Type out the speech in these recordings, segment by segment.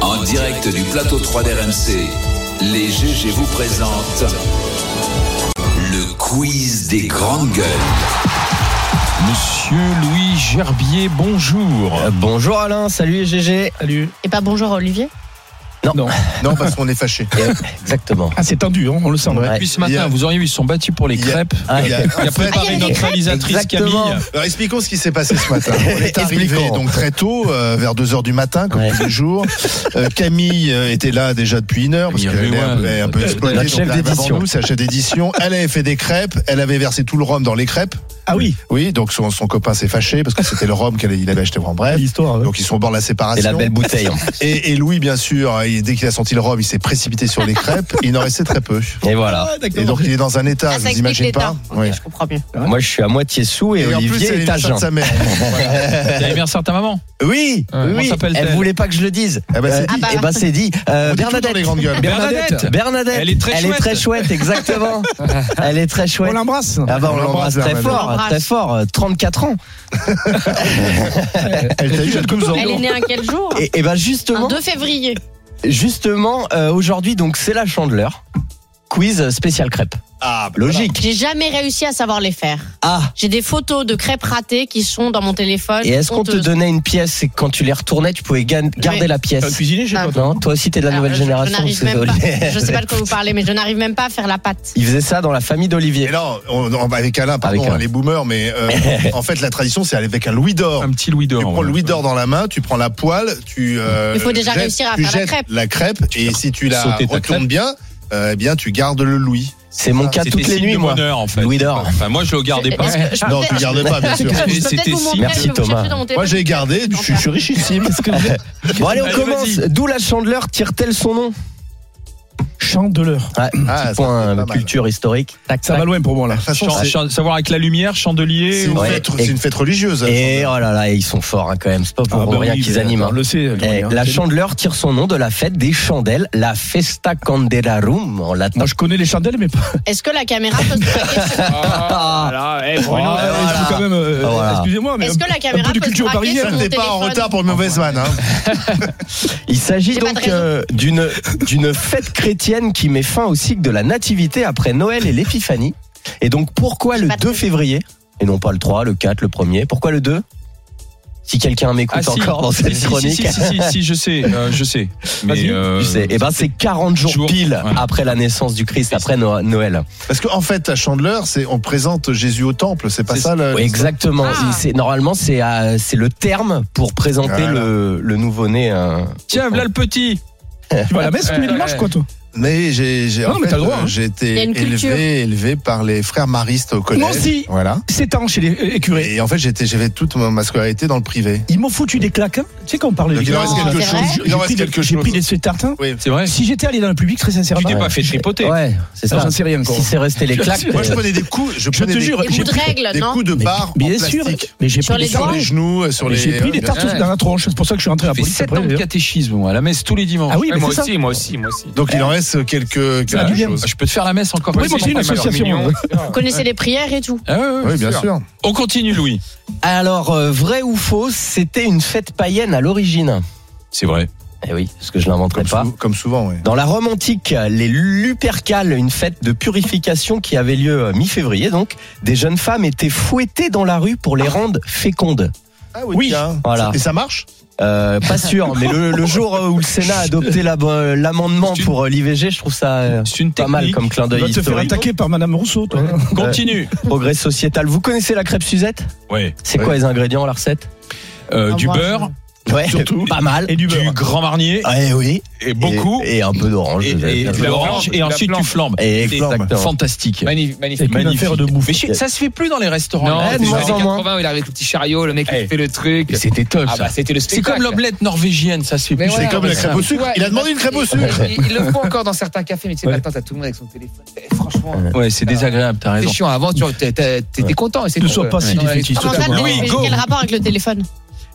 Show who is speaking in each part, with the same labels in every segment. Speaker 1: En direct du plateau 3 d'RMC, les GG vous présentent le quiz des grandes gueules.
Speaker 2: Monsieur Louis Gerbier, bonjour.
Speaker 3: Euh, bonjour Alain, salut GG.
Speaker 4: Salut.
Speaker 5: Et pas Eh ben, bonjour Olivier
Speaker 2: Non,
Speaker 3: Non, parce qu'on est fâché. Exactement.
Speaker 4: Ah, c'est tendu, hein, on le sent.
Speaker 3: Ouais.
Speaker 2: depuis ce matin,
Speaker 3: Il y a-
Speaker 2: vous auriez vu, ils sont battus pour les
Speaker 3: Il y a-
Speaker 2: crêpes.
Speaker 3: Ah,
Speaker 2: Il
Speaker 3: il y a-
Speaker 2: a
Speaker 5: Ah, il y
Speaker 2: préparé
Speaker 5: a des
Speaker 2: notre
Speaker 5: crêpes.
Speaker 2: réalisatrice
Speaker 3: Exactement.
Speaker 2: Camille.
Speaker 6: Alors expliquons ce qui s'est passé ce matin. On est arrivé
Speaker 3: Expliquons.
Speaker 6: donc très tôt, euh, vers 2 heures du matin, comme
Speaker 3: Ouais.
Speaker 6: tous les jours. Euh, Camille euh, était là déjà depuis une heure parce
Speaker 2: Camille
Speaker 6: qu'elle est un peu-
Speaker 2: Ruin,
Speaker 6: elle est un peu
Speaker 2: notre
Speaker 6: exploitée. donc
Speaker 3: chef
Speaker 6: elle arrive avant
Speaker 3: d'édition.
Speaker 6: nous, C'est la chef d'édition. Elle avait fait des crêpes. Elle avait versé tout le rhum dans les crêpes.
Speaker 4: Ah oui,
Speaker 6: Oui, donc son, son copain s'est fâché parce que c'était le rhum qu'il avait acheté. En bref.
Speaker 4: l'histoire. ouais.
Speaker 6: Donc ils sont au bord de la
Speaker 3: C'est hein. la
Speaker 6: séparation.
Speaker 3: belle bouteille. hein.
Speaker 6: Et, et Louis, bien sûr, hein, il- dès qu'il a senti le rhum, il s'est précipité sur les crêpes. Il en restait très peu.
Speaker 3: Et voilà.
Speaker 4: Ah, d'accord.
Speaker 6: Et donc il est dans un état,
Speaker 5: Ah,
Speaker 6: vous
Speaker 5: ça explique
Speaker 6: imaginez pas
Speaker 5: l'état. Ok,
Speaker 6: Ouais.
Speaker 5: je comprends mieux.
Speaker 3: Moi je suis à moitié sous
Speaker 6: Hein
Speaker 3: et,
Speaker 6: Et en plus,
Speaker 3: Olivier
Speaker 6: c'est
Speaker 3: est à
Speaker 6: l'anniversaire
Speaker 3: jeun.
Speaker 6: de sa mère.
Speaker 2: T'as aimé un certain maman
Speaker 3: Oui,
Speaker 2: Euh, comment
Speaker 3: oui.
Speaker 2: s'appelle-t-elle
Speaker 3: Elle voulait pas que je le dise.
Speaker 6: Eh ben, c'est
Speaker 3: Euh,
Speaker 6: dit.
Speaker 3: eh ben, c'est dit. Euh,
Speaker 6: On dit tout dans les
Speaker 3: Bernadette.
Speaker 6: grandes gueules.
Speaker 2: Bernadette.
Speaker 3: Bernadette.
Speaker 2: Elle est très chouette.
Speaker 3: chouette, exactement. Elle est très
Speaker 4: On
Speaker 3: chouette.
Speaker 4: l'embrasse.
Speaker 3: Ah bah,
Speaker 6: On
Speaker 3: on
Speaker 6: l'embrasse,
Speaker 3: l'embrasse très
Speaker 6: Bernadette.
Speaker 5: On
Speaker 3: fort,
Speaker 5: l'embrasse.
Speaker 3: très fort. Euh, 34 ans.
Speaker 6: Elle t'a eu à 12 ans.
Speaker 5: Elle est née un quel jour
Speaker 3: Et, et ben
Speaker 5: Un
Speaker 3: justement,
Speaker 5: 2 février.
Speaker 3: justement, euh, aujourd'hui donc c'est la chandeleur. Quiz spécial crêpe.
Speaker 6: Ah, bah,
Speaker 3: Logique.
Speaker 5: J'ai jamais réussi à savoir les faire.
Speaker 3: Ah.
Speaker 5: J'ai des photos de crêpes ratées qui sont dans mon téléphone.
Speaker 3: Et est-ce qu'on te
Speaker 5: honteuses.
Speaker 3: donnait une pièce et que quand tu les retournais, tu pouvais ga- garder
Speaker 5: Oui.
Speaker 3: la pièce
Speaker 4: T'as cuisiné, je sais
Speaker 5: Ah.
Speaker 4: pas. toi.
Speaker 3: Non, toi aussi t'es de la
Speaker 5: Alors,
Speaker 3: nouvelle
Speaker 5: je-
Speaker 3: génération.
Speaker 5: Je, n'arrive
Speaker 3: donc
Speaker 5: même
Speaker 3: désolé.
Speaker 5: pas. Je sais pas de quoi vous parlez, mais je n'arrive même pas à faire la pâte.
Speaker 3: Il faisait ça dans la famille
Speaker 6: Et
Speaker 3: d'Olivier.
Speaker 6: là, on, on va avec Alain, pardon,
Speaker 3: Avec Alain.
Speaker 6: les boomers, mais euh, en fait, la tradition, c'est aller avec un louis
Speaker 3: Ah.
Speaker 6: d'or.
Speaker 2: Un petit Louis
Speaker 6: Tu
Speaker 2: d'or.
Speaker 6: prends le
Speaker 2: voilà.
Speaker 6: louis d'or dans la main, tu prends la poêle, tu. euh,
Speaker 5: Il faut déjà
Speaker 6: jettes-
Speaker 5: réussir à
Speaker 6: tu
Speaker 5: faire la
Speaker 6: jettes
Speaker 5: crêpe.
Speaker 6: La crêpe, et si tu la
Speaker 2: Sauter ta crêpe.
Speaker 6: retournes bien, euh, eh bien, tu gardes le louis.
Speaker 3: C'est mon cas
Speaker 2: C'était
Speaker 3: toutes les
Speaker 2: signe
Speaker 3: nuits,
Speaker 2: de
Speaker 3: moi.
Speaker 2: bonheur, en fait.
Speaker 3: Louis d'or.
Speaker 2: Enfin, moi, je le gardais pas.
Speaker 5: Est-ce que je peux
Speaker 6: Non,
Speaker 5: peut-être-
Speaker 6: tu le gardes pas, bien sûr.
Speaker 5: Je peux
Speaker 2: C'était
Speaker 5: peut-être vous
Speaker 2: si-
Speaker 5: montrer,
Speaker 3: Merci,
Speaker 5: je vais vous
Speaker 3: Thomas.
Speaker 5: chercher dans mon téléphone.
Speaker 6: Moi, j'ai gardé, je suis, je suis richissime.
Speaker 3: Bon, allez, on
Speaker 2: Allez,
Speaker 3: commence.
Speaker 2: vas-y.
Speaker 3: D'où la chandeleur tire-t-elle son nom
Speaker 4: Chandeleur.
Speaker 3: Ouais,
Speaker 6: Ah,
Speaker 3: Petit
Speaker 6: ça, c'est pas
Speaker 3: point euh,
Speaker 6: mal.
Speaker 3: culture historique.
Speaker 4: Ça va loin pour moi, là.
Speaker 6: De toute façon,
Speaker 2: Chan-
Speaker 6: c'est-
Speaker 2: chan- Savoir avec la lumière,
Speaker 6: c'est
Speaker 2: chandelier.
Speaker 6: une,
Speaker 2: ou-
Speaker 3: Ouais.
Speaker 6: fête-
Speaker 3: Et-
Speaker 6: c'est une fête religieuse. hein, la
Speaker 3: Et
Speaker 6: chandeleur.
Speaker 3: oh là là, ils sont forts hein, quand même. C'est pas pour
Speaker 4: Ah, bah
Speaker 3: rien
Speaker 4: oui,
Speaker 3: qu'ils
Speaker 4: mais
Speaker 3: animent.
Speaker 4: On le sait.
Speaker 3: Eh,
Speaker 4: Lorient.
Speaker 3: la
Speaker 2: hein.
Speaker 4: C'est-
Speaker 3: chandeleur tire son nom de la fête des chandelles, la Festa Candelarum en latin.
Speaker 4: Moi, je connais les chandelles, mais pas.
Speaker 5: Est-ce que la caméra peut se braquer sur-
Speaker 3: Ah,
Speaker 4: Eh, Bruno,
Speaker 3: voilà.
Speaker 4: euh, il faut quand même. euh,
Speaker 3: Ah, voilà.
Speaker 4: Excusez-moi, mais.
Speaker 5: Est-ce que la caméra
Speaker 4: un peu de
Speaker 5: peut se
Speaker 4: culture
Speaker 5: braquer sur
Speaker 4: parisienne.
Speaker 5: mon
Speaker 6: Ça, T'es pas en
Speaker 5: téléphone
Speaker 6: retard pour le mauvaise vanne. Hein.
Speaker 3: Il s'agit
Speaker 5: J'ai pas de
Speaker 3: donc
Speaker 5: raison.
Speaker 3: euh, d'une d'une fête chrétienne qui met fin au cycle de la nativité après Noël et l'Épiphanie. Et donc pourquoi le
Speaker 5: pas de
Speaker 3: 2
Speaker 5: raison.
Speaker 3: février et non pas le 3, le 4, le 1er Pourquoi le 2 Si quelqu'un m'écoute
Speaker 2: Ah, si.
Speaker 3: encore dans cette
Speaker 2: Si, si, si,
Speaker 3: chronique.
Speaker 2: Si, si, si, si, je sais, euh, je sais.
Speaker 3: Vas-y.
Speaker 2: Mais, euh,
Speaker 3: tu sais, eh ben c'est 40 jours
Speaker 2: Jour.
Speaker 3: pile
Speaker 2: Ouais.
Speaker 3: après la naissance du Christ, après No- Noël.
Speaker 6: Parce qu'en fait, à Chandeleur, c'est on présente Jésus au temple. C'est pas
Speaker 2: C'est-
Speaker 6: ça le.
Speaker 3: Ouais, exactement.
Speaker 5: Ah.
Speaker 3: C'est- Normalement, c'est euh, c'est le terme pour présenter
Speaker 6: Voilà.
Speaker 3: le, le nouveau-né. euh,
Speaker 2: Tiens, voilà le petit.
Speaker 4: Tu vas à la messe tous les
Speaker 2: Ouais,
Speaker 4: dimanches,
Speaker 2: ouais.
Speaker 4: quoi, toi
Speaker 6: Mais j'ai, j'ai,
Speaker 4: Non,
Speaker 6: en
Speaker 4: mais
Speaker 6: fait,
Speaker 4: t'as le droit,
Speaker 6: euh,
Speaker 4: hein.
Speaker 6: j'ai
Speaker 5: Il y a
Speaker 6: été
Speaker 5: une culture.
Speaker 6: élevé, élevé par les frères maristes au collège.
Speaker 4: aussi.
Speaker 6: Voilà.
Speaker 4: 7 ans chez les euh, curés.
Speaker 6: Et en fait, j'étais, j'avais toute ma, ma scolarité dans le privé.
Speaker 4: Ils m'ont foutu des claques. hein. Tu sais, quand on parlait
Speaker 6: Donc,
Speaker 4: des
Speaker 6: il en
Speaker 4: claques, euh,
Speaker 6: reste
Speaker 5: Non,
Speaker 6: quelque
Speaker 5: c'est
Speaker 6: chose.
Speaker 5: vrai.
Speaker 4: j'ai-
Speaker 6: Il en
Speaker 4: J'ai
Speaker 6: reste
Speaker 4: pris des-
Speaker 6: quelque
Speaker 4: j'ai
Speaker 6: chose.
Speaker 4: pris des sweat tartins.
Speaker 6: Oui.
Speaker 2: C'est vrai.
Speaker 4: Si j'étais allé dans le public, très
Speaker 2: Tu
Speaker 4: sincèrement.
Speaker 2: t'es pas fait
Speaker 4: je-
Speaker 2: tripoter.
Speaker 3: Ouais, c'est
Speaker 4: Ça,
Speaker 3: ça.
Speaker 4: J'en sais rien, quoi.
Speaker 3: Si c'est resté les claques. euh,
Speaker 6: Moi, je prenais des coups. Je
Speaker 4: Je
Speaker 6: prenais
Speaker 4: te
Speaker 6: des,
Speaker 4: jure,
Speaker 5: Des
Speaker 4: j'ai
Speaker 5: bouts de règles,
Speaker 6: des
Speaker 5: non
Speaker 6: coups de barre en
Speaker 4: Bien sûr.
Speaker 6: plastique.
Speaker 4: Mais j'ai
Speaker 5: Sur
Speaker 4: pris
Speaker 5: les
Speaker 4: des
Speaker 6: Sur les
Speaker 5: Ouais.
Speaker 6: genoux, euh, sur
Speaker 4: Mais
Speaker 6: les.
Speaker 4: J'ai pris des tartouches dans la tronche, c'est pour ça que je suis rentré à la
Speaker 2: J'ai euh, fait
Speaker 4: police
Speaker 2: 7
Speaker 4: après.
Speaker 2: ans de
Speaker 4: d'ailleurs.
Speaker 2: catéchisme, moi, à la messe tous les dimanches.
Speaker 4: Ah oui, mais
Speaker 7: moi
Speaker 4: c'est ça.
Speaker 7: aussi, moi aussi, moi aussi.
Speaker 6: Donc, il en reste quelques,
Speaker 4: a du
Speaker 6: quelque
Speaker 4: bien.
Speaker 6: chose.
Speaker 2: Je peux te faire la messe encore.
Speaker 4: Oui,
Speaker 2: plus.
Speaker 4: mais c'est une association.
Speaker 5: Vous connaissez les prières et tout
Speaker 2: Ah ouais, ouais,
Speaker 6: Oui, bien sûr.
Speaker 2: On continue, Louis.
Speaker 3: Alors, euh, vrai ou faux, c'était une fête païenne à l'origine
Speaker 2: C'est vrai.
Speaker 3: Eh oui, parce que je l'inventerai
Speaker 6: Comme,
Speaker 3: pas.
Speaker 6: sou- comme souvent, oui.
Speaker 3: Dans la Rome antique, les Lupercales, une fête de purification qui avait lieu euh, mi-février donc, des jeunes femmes étaient fouettées dans la rue pour les rendre fécondes.
Speaker 6: Ah
Speaker 4: Oui.
Speaker 6: tiens.
Speaker 3: Voilà.
Speaker 6: Et ça marche
Speaker 3: Euh, pas sûr, mais le, le jour euh, où le Sénat a adopté la- euh, l'amendement pour euh, l'IVG, je trouve ça euh,
Speaker 2: C'est une technique.
Speaker 3: pas mal comme clin
Speaker 4: Tu
Speaker 3: d'œil
Speaker 4: vas te faire
Speaker 3: historique.
Speaker 4: attaquer par Madame Rousseau, toi.
Speaker 2: Continue.
Speaker 3: Progrès sociétal. Vous connaissez la crêpe Suzette
Speaker 2: Ouais.
Speaker 3: C'est quoi les ingrédients, la recette
Speaker 2: Euh,
Speaker 5: Ah,
Speaker 2: du
Speaker 5: moi,
Speaker 2: beurre,
Speaker 3: Ouais,
Speaker 4: Surtout.
Speaker 3: pas mal.
Speaker 4: Et du beurre.
Speaker 2: Du grand marnier
Speaker 3: Ouais, oui.
Speaker 2: et beaucoup.
Speaker 3: Ah, Et, et un peu d'orange.
Speaker 2: Et,
Speaker 3: vous avez
Speaker 2: et,
Speaker 3: bien
Speaker 2: de
Speaker 3: fait.
Speaker 2: l'orange, et
Speaker 8: la
Speaker 2: ensuite tu
Speaker 8: flambe.
Speaker 2: flambes.
Speaker 3: Et
Speaker 2: C'est
Speaker 3: exactement.
Speaker 2: Fantastique.
Speaker 7: Magnifique.
Speaker 4: C'est
Speaker 7: magnifique.
Speaker 4: qu'une affaire de bouffe.
Speaker 2: Mais je- ça se fait plus dans les restaurants.
Speaker 7: Non,
Speaker 2: là,
Speaker 3: de
Speaker 7: c'est
Speaker 2: c'est
Speaker 7: dans
Speaker 3: moins en
Speaker 7: les
Speaker 2: genre-
Speaker 3: moins.
Speaker 7: 80, il arrive le petit chariot, le mec
Speaker 2: Eh.
Speaker 7: qui fait le truc.
Speaker 3: Et C'était top.
Speaker 7: Ah bah c'était le
Speaker 2: C'est
Speaker 7: spectacle.
Speaker 2: comme l'omelette norvégienne, ça se fait
Speaker 7: Mais
Speaker 2: plus.
Speaker 7: ouais,
Speaker 6: C'est comme la
Speaker 7: ouais,
Speaker 6: crêpe
Speaker 7: ouais.
Speaker 6: au sucre.
Speaker 7: Ouais,
Speaker 6: Il a demandé une crêpe au sucre.
Speaker 7: Et Ils le font encore dans certains cafés, mais tu sais, maintenant t'as tout le monde avec son téléphone. Eh, Franchement,
Speaker 2: Ouais, c'est désagréable, t'as
Speaker 7: c'est
Speaker 2: raison.
Speaker 7: chiant. Avant, tu t'es- t'es- t'étais content. et c'est
Speaker 4: Ne
Speaker 7: tout.
Speaker 4: sois pas si
Speaker 7: Dans la-
Speaker 4: défaitiste.
Speaker 5: Comment ça,
Speaker 4: Totalement.
Speaker 5: t'es-
Speaker 2: Oui,
Speaker 5: mais
Speaker 2: go.
Speaker 5: quel rapport avec le téléphone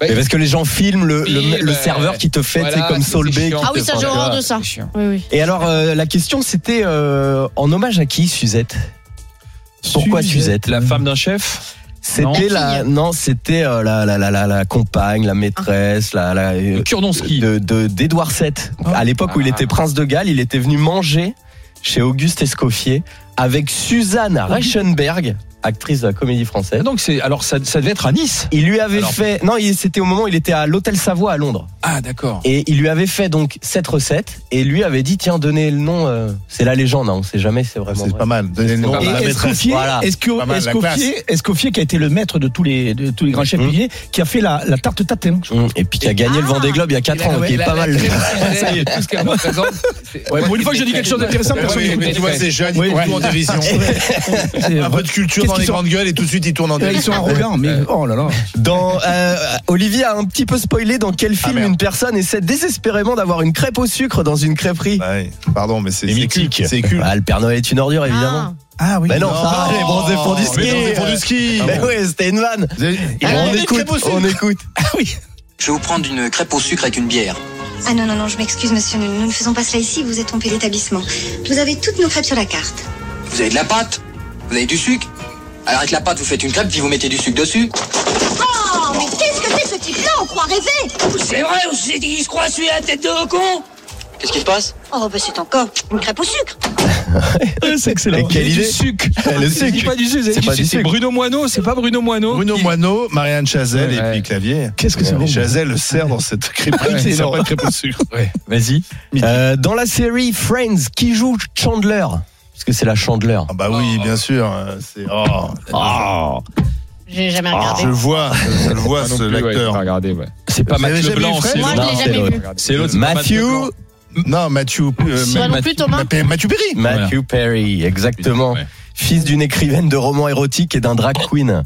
Speaker 7: Bah,
Speaker 3: Mais parce que les gens filment le, le,
Speaker 7: Oui,
Speaker 3: le
Speaker 7: bah,
Speaker 3: serveur qui te fait,
Speaker 7: voilà,
Speaker 3: c'est comme
Speaker 7: c'est
Speaker 3: Solbay.
Speaker 7: chiant.
Speaker 3: qui
Speaker 5: Ah oui,
Speaker 3: te
Speaker 5: ça,
Speaker 3: fait-
Speaker 5: j'ai horreur de
Speaker 7: c'est
Speaker 5: ça.
Speaker 7: chiant.
Speaker 5: Oui, oui.
Speaker 3: Et alors, euh, la question, c'était euh, en hommage à qui, Suzette Pourquoi Suzette,
Speaker 2: La femme d'un chef
Speaker 3: C'était la, non, c'était euh, la, la, la, la, la compagne, la maîtresse, la, la euh,
Speaker 2: Kurdonski.
Speaker 3: de de- d'Édouard VII. À l'époque où il était prince de Galles, il était venu manger chez Auguste Escoffier avec Suzanne Reichenberg, actrice de la Comédie Française.
Speaker 2: Donc c'est alors ça, ça devait être à Nice.
Speaker 3: Il lui avait
Speaker 2: Alors-
Speaker 3: fait, non, il- c'était au moment où il était à l'hôtel Savoie à Londres.
Speaker 2: Ah d'accord.
Speaker 3: Et il lui avait fait donc cette recette et lui avait dit tiens donnez le nom euh, c'est la légende hein, on sait jamais c'est vraiment
Speaker 6: C'est
Speaker 3: vrai.
Speaker 6: pas mal. Donnez le nom
Speaker 7: pas
Speaker 6: à
Speaker 4: Et
Speaker 6: la maîtresse.
Speaker 4: Escoffier,
Speaker 3: voilà.
Speaker 4: Esco-
Speaker 6: Pas mal, la
Speaker 4: Escoffier, Escoffier qui a été le maître de tous les, de tous les grands chefs
Speaker 3: Mmh.
Speaker 4: cuisiniers, qui a fait la, la tarte tatin.
Speaker 3: Mmh, et puis qui a gagné le
Speaker 5: Ah.
Speaker 3: Vendée Globe il y a 4 ans qui est pas mal
Speaker 7: Ça y est, tout ce qu'elle représente. c'est-
Speaker 4: pour une fois que j'ai dit quelque chose d'intéressant,
Speaker 7: Ouais,
Speaker 4: personne
Speaker 7: ouais,
Speaker 4: n'écoute.
Speaker 7: mais
Speaker 6: Tu vois,
Speaker 7: ouais.
Speaker 6: ces jeunes,
Speaker 4: Oui.
Speaker 6: ils tournent en division.
Speaker 2: Ah,
Speaker 6: Un peu de culture
Speaker 4: Qu'est-ce
Speaker 6: dans
Speaker 4: qu'ils
Speaker 6: les
Speaker 4: sont-
Speaker 6: grandes gueules et tout de suite, ils tournent en
Speaker 4: Ils
Speaker 6: division.
Speaker 4: sont arrogants, mais oh là là.
Speaker 3: dans euh, Olivier a un petit peu spoilé dans quel film
Speaker 6: Ah, merde.
Speaker 3: une personne essaie désespérément d'avoir une crêpe au sucre dans une crêperie
Speaker 6: Ouais, Pardon, mais c'est
Speaker 2: Les
Speaker 6: Bah, c'est
Speaker 2: mythiques.
Speaker 6: culte, C'est culte.
Speaker 3: Bah, le Père Noël est une ordure évidemment
Speaker 4: Ah oui.
Speaker 3: mais non, ça va, les bronzés font du ski
Speaker 6: Mais non, c'est pour du ski. Ah
Speaker 3: mais ouais c'était une vanne
Speaker 6: Vous avez-
Speaker 3: on,
Speaker 6: les
Speaker 3: écoute,
Speaker 6: crêpes au sucre.
Speaker 3: on écoute
Speaker 9: Je vais vous prendre une crêpe au sucre avec une bière.
Speaker 10: Ah non, non, non, je m'excuse, monsieur, nous, nous ne faisons pas cela ici, vous êtes trompé d'établissement. Vous avez toutes nos crêpes sur la carte.
Speaker 9: Vous avez de la pâte Vous avez du sucre Alors avec la pâte, vous faites une crêpe, puis vous mettez du sucre dessus.
Speaker 10: Oh, mais qu'est-ce que c'est ce type-là On croit rêver
Speaker 9: C'est vrai, il se croit celui à tête de con Qu'est-ce qui se passe
Speaker 10: Oh, bah c'est encore une crêpe au sucre
Speaker 4: c'est
Speaker 3: mais
Speaker 4: excellent.
Speaker 3: quelle
Speaker 2: Du
Speaker 3: idée
Speaker 2: sucre.
Speaker 3: le
Speaker 2: C'est
Speaker 3: sucre
Speaker 2: pas du sucre.
Speaker 3: C'est
Speaker 2: C'est
Speaker 3: pas du
Speaker 2: c'est
Speaker 3: sucre.
Speaker 2: Bruno Moineau. C'est pas Bruno Moineau.
Speaker 6: Bruno
Speaker 2: qui-
Speaker 6: Moineau, Marianne Chazelle
Speaker 7: Ouais,
Speaker 6: et
Speaker 7: ouais.
Speaker 6: puis Clavier.
Speaker 4: Qu'est-ce que c'est bon
Speaker 6: Et Chazelle le sert dans cette crêperie.
Speaker 4: Ouais,
Speaker 6: qui
Speaker 4: c'est
Speaker 6: sert
Speaker 4: énorme.
Speaker 6: pas de crêpe au sucre.
Speaker 2: Vas-y.
Speaker 3: Euh, dans la série Friends qui joue Chandler parce que c'est la Chandler
Speaker 6: Ah bah oui, bien sûr. euh, c'est- oh.
Speaker 5: J'ai jamais
Speaker 6: Ah,
Speaker 5: regardé.
Speaker 6: je le vois, je le vois,
Speaker 7: Moi non
Speaker 6: ce
Speaker 7: plus, ouais, j'ai pas
Speaker 6: l'acteur.
Speaker 7: regardé, ouais.
Speaker 2: C'est pas
Speaker 6: Vous avez
Speaker 2: Mathieu
Speaker 6: jamais
Speaker 2: Blanc.
Speaker 6: vu Fred
Speaker 2: c'est
Speaker 5: Moi, je
Speaker 3: non,
Speaker 5: l'ai
Speaker 3: c'est
Speaker 5: jamais
Speaker 3: l'autre.
Speaker 5: vu.
Speaker 2: C'est l'autre. c'est pas
Speaker 3: Matthew
Speaker 2: Mathieu Blanc.
Speaker 6: Non, Mathieu. euh,
Speaker 5: Toi non plus, Thomas
Speaker 6: Mathieu- Mathieu Perry.
Speaker 2: Voilà.
Speaker 3: Matthew Perry, exactement.
Speaker 2: Ouais.
Speaker 3: Fils d'une écrivaine de romans érotiques et d'un drag queen.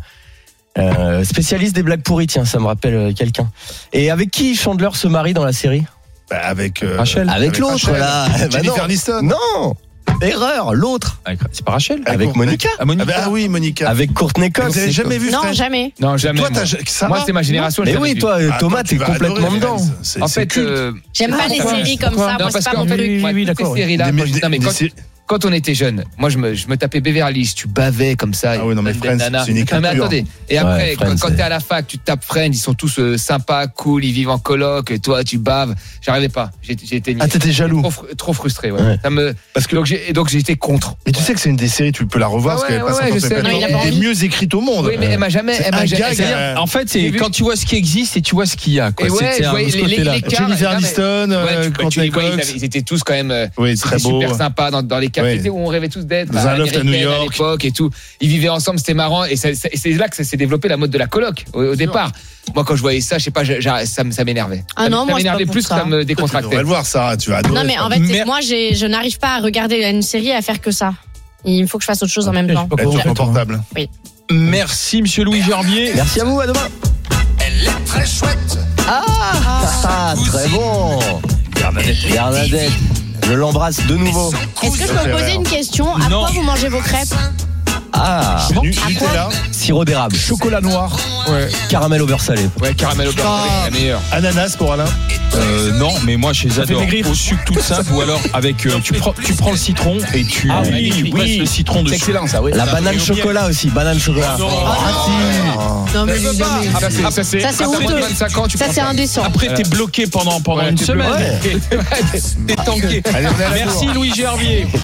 Speaker 3: Euh, spécialiste des blagues pourries, tiens, ça me rappelle euh, quelqu'un. Et avec qui Chandler se marie dans la série
Speaker 6: Bah, avec euh,
Speaker 2: Rachel.
Speaker 3: Avec l'autre,
Speaker 6: Rachel.
Speaker 3: là. Bah
Speaker 6: Jennifer
Speaker 3: non.
Speaker 6: Aniston.
Speaker 3: Non Erreur, l'autre.
Speaker 2: Avec- C'est pas Rachel.
Speaker 6: Ah,
Speaker 3: Avec
Speaker 6: Courtney.
Speaker 3: Monica.
Speaker 2: Ah, Monica.
Speaker 6: Ah, bah, ah oui, Monica.
Speaker 3: Avec Courtney Cox.
Speaker 6: Vous avez jamais vu
Speaker 5: Non,
Speaker 6: Friends
Speaker 5: jamais.
Speaker 7: Non, jamais.
Speaker 6: Toi,
Speaker 7: moi.
Speaker 6: t'as ça
Speaker 7: Moi, c'est ma génération.
Speaker 3: Mais
Speaker 7: j'ai
Speaker 3: oui,
Speaker 7: jamais
Speaker 3: toi,
Speaker 6: vu.
Speaker 3: euh,
Speaker 6: Attends,
Speaker 3: Thomas,
Speaker 6: tu
Speaker 3: t'es
Speaker 6: vas adorer
Speaker 3: complètement
Speaker 6: les
Speaker 3: dedans.
Speaker 6: Friends.
Speaker 7: vu.
Speaker 6: C'est-
Speaker 7: En
Speaker 6: c'est
Speaker 7: fait,
Speaker 6: culte.
Speaker 7: euh,
Speaker 5: J'aime pas les
Speaker 7: pourquoi
Speaker 5: séries comme
Speaker 7: pourquoi
Speaker 5: ça.
Speaker 7: Non,
Speaker 5: Moi, c'est
Speaker 7: parce
Speaker 5: pas
Speaker 7: qu'en
Speaker 5: mon
Speaker 7: fait,
Speaker 5: truc.
Speaker 7: moi,
Speaker 4: oui,
Speaker 7: toutes
Speaker 4: d'accord,
Speaker 7: ces
Speaker 4: ouais.
Speaker 7: séries-là,
Speaker 6: Des-
Speaker 7: moi, je-
Speaker 6: des-
Speaker 7: non, mais
Speaker 6: des
Speaker 7: quand-
Speaker 6: séries-
Speaker 7: quand on était jeune, moi je me, je me tapais Beverly Hills, tu bavais comme ça.
Speaker 6: Ah oui, non, mais
Speaker 7: Des
Speaker 6: Friends,
Speaker 7: nanas.
Speaker 6: c'est une
Speaker 7: Non, mais
Speaker 6: culture.
Speaker 7: attendez. Et après,
Speaker 3: Ouais,
Speaker 7: quand-
Speaker 3: Friends,
Speaker 7: quand,
Speaker 3: c'est-
Speaker 7: t'es à la fac, tu tapes Friends, ils sont tous euh, sympas, cool, ils vivent en coloc, et toi tu baves. J'arrivais pas. J'ai j'ai été niais.
Speaker 6: Ah, t'étais jaloux.
Speaker 7: trop, fru- trop frustré, ouais.
Speaker 3: Ouais.
Speaker 7: Ça me,
Speaker 6: Parce que-
Speaker 7: donc j'ai- et donc j'étais contre.
Speaker 6: Mais tu sais que c'est une des séries, tu peux la revoir
Speaker 7: Ah
Speaker 6: parce
Speaker 7: ouais,
Speaker 6: qu'elle
Speaker 7: ouais,
Speaker 6: passe
Speaker 7: ouais, je sais.
Speaker 5: Non, il a pas
Speaker 6: Elle est
Speaker 5: envie.
Speaker 6: mieux écrite au monde.
Speaker 7: Oui, mais elle m'a jamais,
Speaker 6: C'est
Speaker 7: elle
Speaker 6: un
Speaker 7: m'a jamais.
Speaker 6: gag,
Speaker 7: c'est-à-dire-
Speaker 6: euh,
Speaker 2: En fait,
Speaker 7: J'ai
Speaker 2: c'est
Speaker 7: vu-
Speaker 2: quand tu vois ce qui existe et tu vois ce qu'il y a. Quoi.
Speaker 7: Et ouais,
Speaker 2: C'était
Speaker 7: je
Speaker 2: un-
Speaker 7: voyais
Speaker 2: ce
Speaker 7: les- les-
Speaker 2: côté-là.
Speaker 7: les-
Speaker 6: Jennifer
Speaker 7: Non, mais-
Speaker 6: Aniston,
Speaker 7: Ouais,
Speaker 6: euh,
Speaker 7: tu- tu les
Speaker 6: Courtney
Speaker 7: voyais, ils avaient-
Speaker 6: Cox.
Speaker 7: ils étaient tous quand même. euh,
Speaker 6: Oui,
Speaker 7: C'était
Speaker 6: très beau.
Speaker 7: super sympa dans, dans les cafés
Speaker 6: Ouais.
Speaker 7: tu sais, où on rêvait tous d'être.
Speaker 6: Dans
Speaker 7: à
Speaker 6: un loft à
Speaker 7: l'américaine
Speaker 6: New York.
Speaker 7: À l'époque et tout. Ils vivaient ensemble, c'était marrant. Et ça- ça- et c'est là que ça s'est développé la mode de la coloc au, au départ. Moi, quand je voyais ça, je sais pas, je- je- ça, me- ça m'énervait.
Speaker 5: Ah
Speaker 7: Ça me-
Speaker 5: non,
Speaker 7: ça
Speaker 5: moi, c'est
Speaker 7: m'énervait
Speaker 5: pas pour
Speaker 7: plus
Speaker 5: ça.
Speaker 7: que ça me
Speaker 6: Tu
Speaker 7: décontractait.
Speaker 6: devrais le voir, Sarah, tu vas adorer.
Speaker 5: Non, mais en fait,
Speaker 2: Merde.
Speaker 5: c'est- moi, j'ai- je n'arrive pas à regarder une série et à faire que ça. Il me faut que je fasse autre chose en même temps.
Speaker 6: Elle est sur son portable.
Speaker 2: Merci, monsieur Louis Gerbier.
Speaker 3: Merci à vous, à demain.
Speaker 1: Elle est très chouette.
Speaker 3: Ah, très bon. Bernadette, je l'embrasse de nouveau.
Speaker 5: Est-ce que je peux poser une question À
Speaker 2: Non.
Speaker 5: quoi vous mangez vos crêpes
Speaker 3: Ah,
Speaker 6: Nu-
Speaker 5: À
Speaker 6: Nutella,
Speaker 3: sirop d'érable,
Speaker 4: Chocolat noir.
Speaker 7: Ouais,
Speaker 3: caramel au beurre salé.
Speaker 7: ouais, caramel au beurre, c'est la meilleure.
Speaker 6: ananas pour Alain.
Speaker 2: Euh, non, mais moi, je les adore.
Speaker 4: maigrir.
Speaker 2: Au sucre tout simple ou alors avec. euh, tu, prends, tu prends le citron et tu,
Speaker 4: Ah oui,
Speaker 2: et tu
Speaker 4: oui.
Speaker 2: presses le citron dessus.
Speaker 4: ça, oui.
Speaker 3: La banane chocolat aussi, banane chocolat.
Speaker 5: Non, mais dis donc.
Speaker 7: Ça, c'est- Ça, c'est
Speaker 5: Ça, c'est
Speaker 7: quand t'as moins
Speaker 5: honteux.
Speaker 7: de 25 ans, tu
Speaker 5: Ça,
Speaker 7: prends
Speaker 5: c'est indécent.
Speaker 2: Après, t'es bloqué pendant, pendant
Speaker 7: Ouais,
Speaker 2: une
Speaker 7: t'es
Speaker 2: semaine. T'es- T'es tanké.
Speaker 6: Allez, on est à la
Speaker 2: Merci, Louis Gerbier.